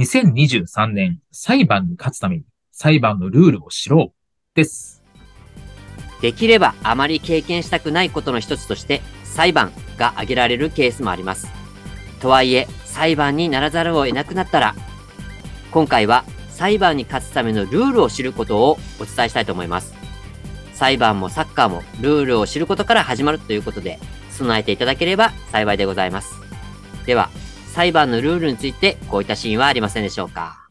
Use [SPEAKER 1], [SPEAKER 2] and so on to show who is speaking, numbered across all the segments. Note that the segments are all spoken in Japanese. [SPEAKER 1] 2023年裁判に勝つために裁判のルールを知ろうです。
[SPEAKER 2] できればあまり経験したくないことの一つとして裁判が挙げられるケースもあります。とはいえ裁判にならざるを得なくなったら今回は裁判に勝つためのルールを知ることをお伝えしたいと思います。裁判もサッカーもルールを知ることから始まるということで備えていただければ幸いでございます。では裁判のルールについてこういったシーンはありませんでしょうか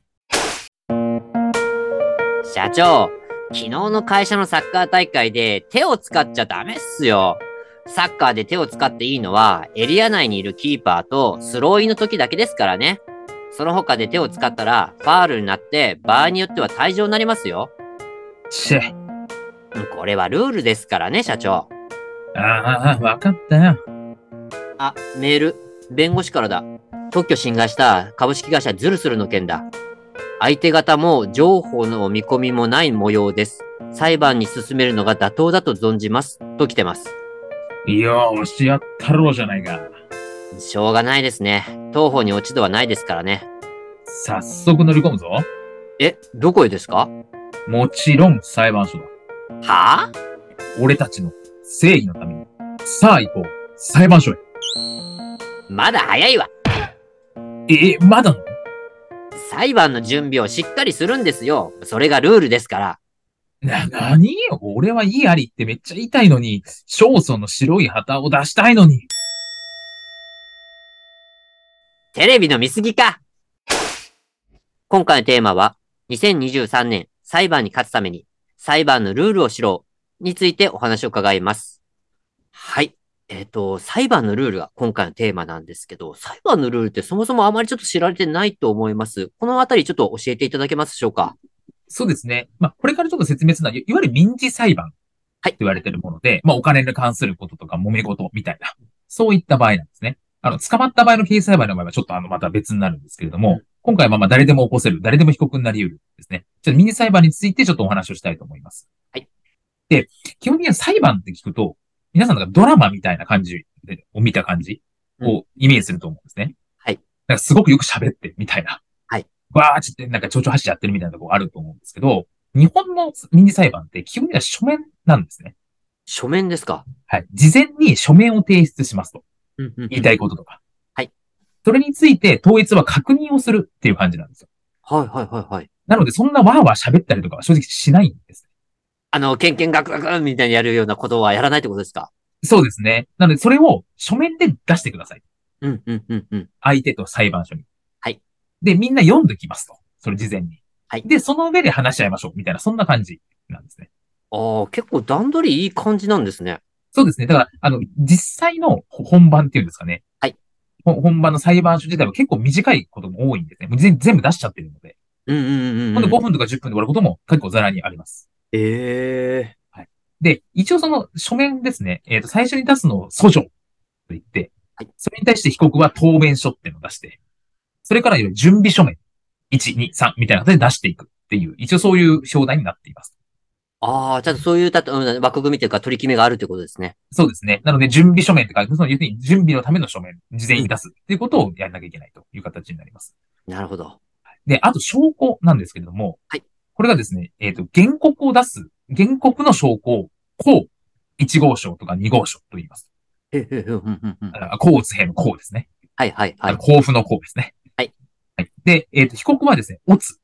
[SPEAKER 2] 社長昨日の会社のサッカー大会で手を使っちゃダメっすよ。サッカーで手を使っていいのはエリア内にいるキーパーとスローインの時だけですからね。その他で手を使ったらファールになって場合によっては退場になりますよ。
[SPEAKER 1] シェ、
[SPEAKER 2] これはルールですからね、社長。
[SPEAKER 1] ああ、わかったよ。
[SPEAKER 2] あ、メール、弁護士からだ。特許侵害した株式会社ズルスルの件だ。相手方も情報の見込みもない模様です。裁判に進めるのが妥当だと存じます。と来てます。
[SPEAKER 1] よーし、やったろうじゃないか。
[SPEAKER 2] しょうがないですね。当方に落ち度はないですからね。
[SPEAKER 1] 早速乗り込むぞ。
[SPEAKER 2] え、どこへですか
[SPEAKER 1] もちろん裁判所だ。
[SPEAKER 2] はぁ、
[SPEAKER 1] 俺たちの正義のために。さあ行こう。裁判所へ。
[SPEAKER 2] まだ早いわ。
[SPEAKER 1] ええ、まだの
[SPEAKER 2] 裁判の準備をしっかりするんですよ。それがルールですから。
[SPEAKER 1] な、なに俺はイアリってめっちゃ痛いのに、勝訴の白い旗を出したいのに。
[SPEAKER 2] テレビの見過ぎか今回のテーマは、2023年裁判に勝つために裁判のルールを知ろうについてお話を伺います。はい。えっ、と、裁判のルールが今回のテーマなんですけど、裁判のルールってそもそもあまりちょっと知られてないと思います。このあたりちょっと教えていただけますでしょうか
[SPEAKER 1] そうですね。まあ、これからちょっと説明するのは、いいわゆる民事裁判。
[SPEAKER 2] はい
[SPEAKER 1] って言われてるもので、まあ、お金に関することとか、揉め事みたいな。そういった場合なんですね。あの、捕まった場合の刑事裁判の場合は、ちょっとあの、また別になるんですけれども、今回はまあ、誰でも起こせる、誰でも被告になり得るですね。ちょっと民事裁判についてちょっとお話をしたいと思います。
[SPEAKER 2] はい。
[SPEAKER 1] で、基本的には裁判って聞くと、皆さんなんかドラマみたいな感じでを見た感じをイメージすると思うんですね。
[SPEAKER 2] はい。
[SPEAKER 1] なんかすごくよく喋って、みたいな。
[SPEAKER 2] はい。
[SPEAKER 1] わーっちって、なんか蝶々発やってるみたいなとこあると思うんですけど、日本の民事裁判って基本的には書面なんですね。
[SPEAKER 2] 書面ですか
[SPEAKER 1] はい。事前に書面を提出しますと。言いたいこととか。
[SPEAKER 2] はい。
[SPEAKER 1] それについて、統一は確認をするっていう感じなんですよ。
[SPEAKER 2] はいはいはいはい。
[SPEAKER 1] なので、そんなわーわー喋ったりとかは正直しないんです。
[SPEAKER 2] あの、ケンケンガクガクみたいにやるようなことはやらないってことですか
[SPEAKER 1] そうですね。なので、それを書面で出してください。
[SPEAKER 2] うんうんうんうん。
[SPEAKER 1] 相手と裁判所に。
[SPEAKER 2] はい。
[SPEAKER 1] で、みんな読んできますと。それ事前に。
[SPEAKER 2] はい
[SPEAKER 1] で、その上で話し合いましょう。みたいな、そんな感じなんですね。
[SPEAKER 2] ああ、結構段取りいい感じなんですね。
[SPEAKER 1] そうですね。だから、あの、実際の本番っていうんですかね。
[SPEAKER 2] はい
[SPEAKER 1] ほ。本番の裁判所自体は結構短いことも多いんですね。もう全全部出しちゃってるので。
[SPEAKER 2] うんうんうんうん。
[SPEAKER 1] ほんで5分とか10分で終わることも結構ざらにあります。
[SPEAKER 2] ええ
[SPEAKER 1] で、一応その書面ですね。えっ、と、最初に出すのを訴状と言って、
[SPEAKER 2] はい
[SPEAKER 1] それに対して被告は答弁書っていうのを出して、それからいろいろ準備書面、1、2、3みたいな形で出していくっていう、一応そういう表題になっています。
[SPEAKER 2] ああ、ちゃんとそういうたと、うん枠組みというか取り決めがあるということですね。
[SPEAKER 1] そうですね。なので、準備書面って書いて、その要するに準備のための書面、事前に出すっていうことをやらなきゃいけないという形になります。
[SPEAKER 2] なるほど。
[SPEAKER 1] で、あと証拠なんですけれども、
[SPEAKER 2] はい
[SPEAKER 1] これがですね、えっ、と、原告を出す、原告の証拠を、こう、1号証とか2号証と言います。
[SPEAKER 2] へへへ、うんうんうん。
[SPEAKER 1] あこうつへのこうですね。
[SPEAKER 2] はいはいは
[SPEAKER 1] あ
[SPEAKER 2] い
[SPEAKER 1] の。甲府のこうですね。
[SPEAKER 2] はい。
[SPEAKER 1] はい、で、えっ、と、被告はですね、おつ。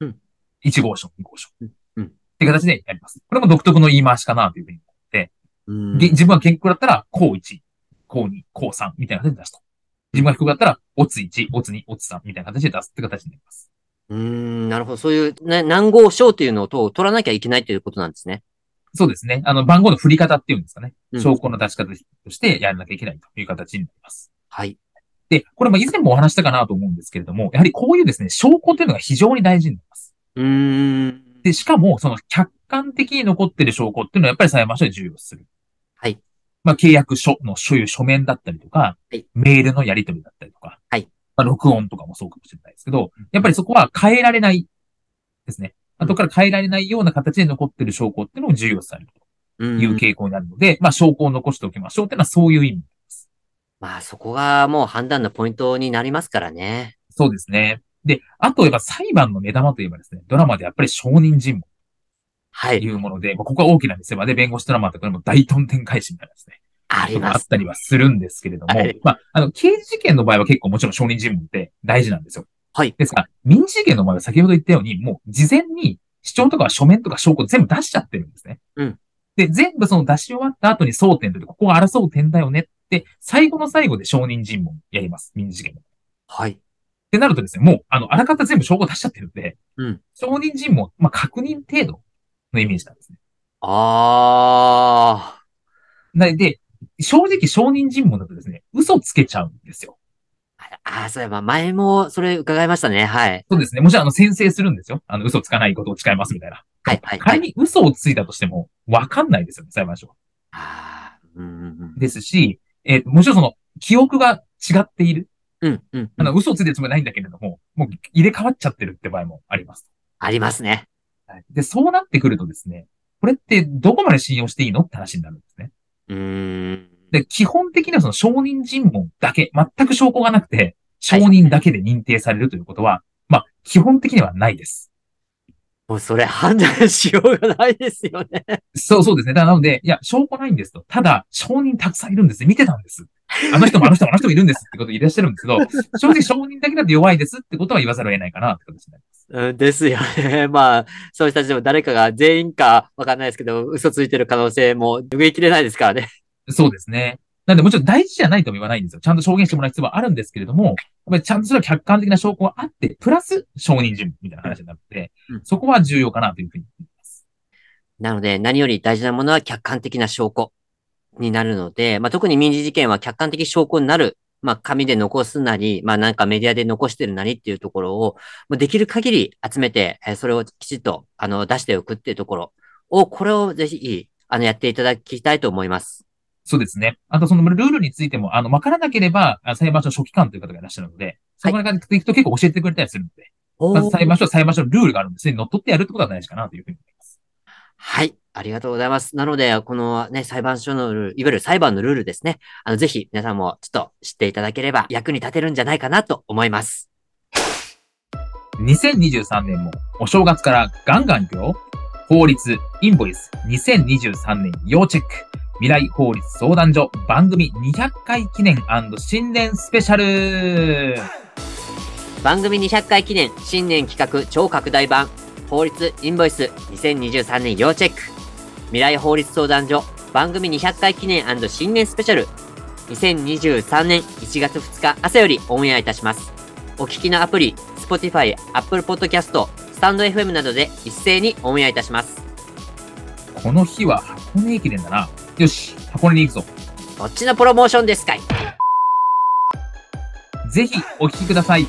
[SPEAKER 2] うん。
[SPEAKER 1] 1号証、2号証。
[SPEAKER 2] うん
[SPEAKER 1] って形でやります。これも独特の言い回しかなというふうに。
[SPEAKER 2] うん
[SPEAKER 1] げ自分は原告だったら、こう1、こう2、こう3みたいな形で出すと。自分が被告だったら、おつ1、おつ2、おつ3みたいな形で出すって形になります。
[SPEAKER 2] うーん、なるほど。そういう、ね、難号章というのをと取らなきゃいけないということなんですね。
[SPEAKER 1] そうですね。あの、番号の振り方っていうんですかね。
[SPEAKER 2] うん
[SPEAKER 1] 証拠の出し方としてやらなきゃいけないという形になります。
[SPEAKER 2] はい。
[SPEAKER 1] で、これも以前もお話したかなと思うんですけれども、やはりこういうですね、証拠というのが非常に大事になります。
[SPEAKER 2] うーん。
[SPEAKER 1] で、しかも、その客観的に残っている証拠っていうのはやっぱり裁判所で重要視する。
[SPEAKER 2] はい。
[SPEAKER 1] まあ、契約書の所有書面だったりとか、
[SPEAKER 2] はい
[SPEAKER 1] メールのやり取りだったりとか、
[SPEAKER 2] はい。
[SPEAKER 1] まあ、録音とかもそうかもしれないですけど、やっぱりそこは変えられないですね。後から変えられないような形で残っている証拠っていうのも重要視される
[SPEAKER 2] う
[SPEAKER 1] と
[SPEAKER 2] ん
[SPEAKER 1] いう傾向になるので、まあ、証拠を残しておきましょうっていうのはそういう意味。
[SPEAKER 2] まあそこがもう判断のポイントになりますからね。
[SPEAKER 1] そうですね。で、あと、やっぱ裁判の目玉といえばですね、ドラマでやっぱり証人尋問
[SPEAKER 2] は
[SPEAKER 1] とい
[SPEAKER 2] い。
[SPEAKER 1] うもので、まあここは大きな見せ場で弁護士ドラマとかでも大トン展開しみたいなですね。
[SPEAKER 2] あり
[SPEAKER 1] あ
[SPEAKER 2] ま
[SPEAKER 1] っ
[SPEAKER 2] す。
[SPEAKER 1] たりはするんですけれども、
[SPEAKER 2] はい
[SPEAKER 1] まあ、あの、刑事事件の場合は結構もちろん証人尋問って大事なんですよ。
[SPEAKER 2] はい
[SPEAKER 1] ですが、民事事件の場合は先ほど言ったように、もう事前に主張とか書面とか証拠全部出しちゃってるんですね。
[SPEAKER 2] うん
[SPEAKER 1] で、全部その出し終わった後に争点というかここは争う点だよねって、最後の最後で証人尋問やります。民事事件の。っ
[SPEAKER 2] はい。
[SPEAKER 1] てなるとですね、もう、あの、あらかた全部証拠出しちゃってるんで、
[SPEAKER 2] うん
[SPEAKER 1] 証人尋問、まあ、確認程度のイメージなんですね。
[SPEAKER 2] ああ。
[SPEAKER 1] なので、正直証人尋問だとですね、嘘つけちゃうんですよ。
[SPEAKER 2] ああ、そういえば前もそれ伺いましたね。はい。
[SPEAKER 1] そうですね。もちろん、あの、宣誓するんですよ。あの、嘘つかないことを誓いますみたいな。
[SPEAKER 2] はい、はい、は
[SPEAKER 1] 仮
[SPEAKER 2] い。
[SPEAKER 1] に嘘をついたとしても、わかんないですよね、裁判所は。
[SPEAKER 2] ああ、うんうん
[SPEAKER 1] ですし、えーもちろんその、記憶が違っている。
[SPEAKER 2] うん、うん、うん
[SPEAKER 1] あ
[SPEAKER 2] うん。
[SPEAKER 1] の、嘘をついてるつもりはないんだけれども、もう入れ替わっちゃってるって場合もあります。
[SPEAKER 2] ありますね。
[SPEAKER 1] で、そうなってくるとですね、これってどこまで信用していいのって話になるんですね。
[SPEAKER 2] うーん。
[SPEAKER 1] で、基本的にはその証人尋問だけ、全く証拠がなくて、証人だけで認定されるということは、まあ、基本的にはないです。
[SPEAKER 2] もうそれ判断しようがないですよね。
[SPEAKER 1] そう、そうですね。だなので、いや、証拠ないんですと。ただ、証人たくさんいるんです。見てたんです。あの人もあの人もあの人もいるんですってことをいらっしゃるんですけど、正直証人だけだと弱いですってことは言わざるを得ないかなって形になります。
[SPEAKER 2] うん、ですよね。 まあ、そういう人たちでも誰かが全員かわかんないですけど、嘘ついてる可能性も拭いきれないですからね。
[SPEAKER 1] そうですね。なんで、もちろん大事じゃないとも言わないんですよ。ちゃんと証言してもらう必要はあるんですけれども、やっぱりちゃんとそれは客観的な証拠があって、プラス証人尋問みたいな話になって
[SPEAKER 2] うん、
[SPEAKER 1] そこは重要かなというふうに思います。
[SPEAKER 2] なので、何より大事なものは客観的な証拠になるので、まあ、特に民事事件は客観的証拠になる。まあ、紙で残すなり、まあ、なんかメディアで残してるなりっていうところを、もうできる限り集めて、えーそれをきちっと、あの、出しておくっていうところを、これをぜひ、あの、やっていただきたいと思います。
[SPEAKER 1] そうですね。あと、そのルールについても、あの、わからなければ、あ裁判所書記官という方がいらっしゃるので、そこから行くと結構教えてくれたりするので、まず裁判所は裁判所のルールがあるんですね。乗っ取ってやるってことは大事かなというふうに思います。
[SPEAKER 2] はい。ありがとうございます。なので、このね、裁判所のルール、いわゆる裁判のルールですね。あの、ぜひ皆さんもちょっと知っていただければ役に立てるんじゃないかなと思います。
[SPEAKER 1] 2023年もお正月からガンガン行くよ。法律、インボイス、2023年要チェック。未来法律相談所番組200回記念新年スペシャル
[SPEAKER 2] 番組200回記念新年企画超拡大版法律インボイス2023年要チェック未来法律相談所番組200回記念新年スペシャル2023年1月2日朝よりオンエアいたしますお聞きのアプリ Spotify、Apple Podcast、スタンド FM などで一斉にオンエアいたします
[SPEAKER 1] この日は箱根駅伝だな。よし、箱根に行くぞ。
[SPEAKER 2] どっちのプロモーションですかい
[SPEAKER 1] ぜひお聞きください。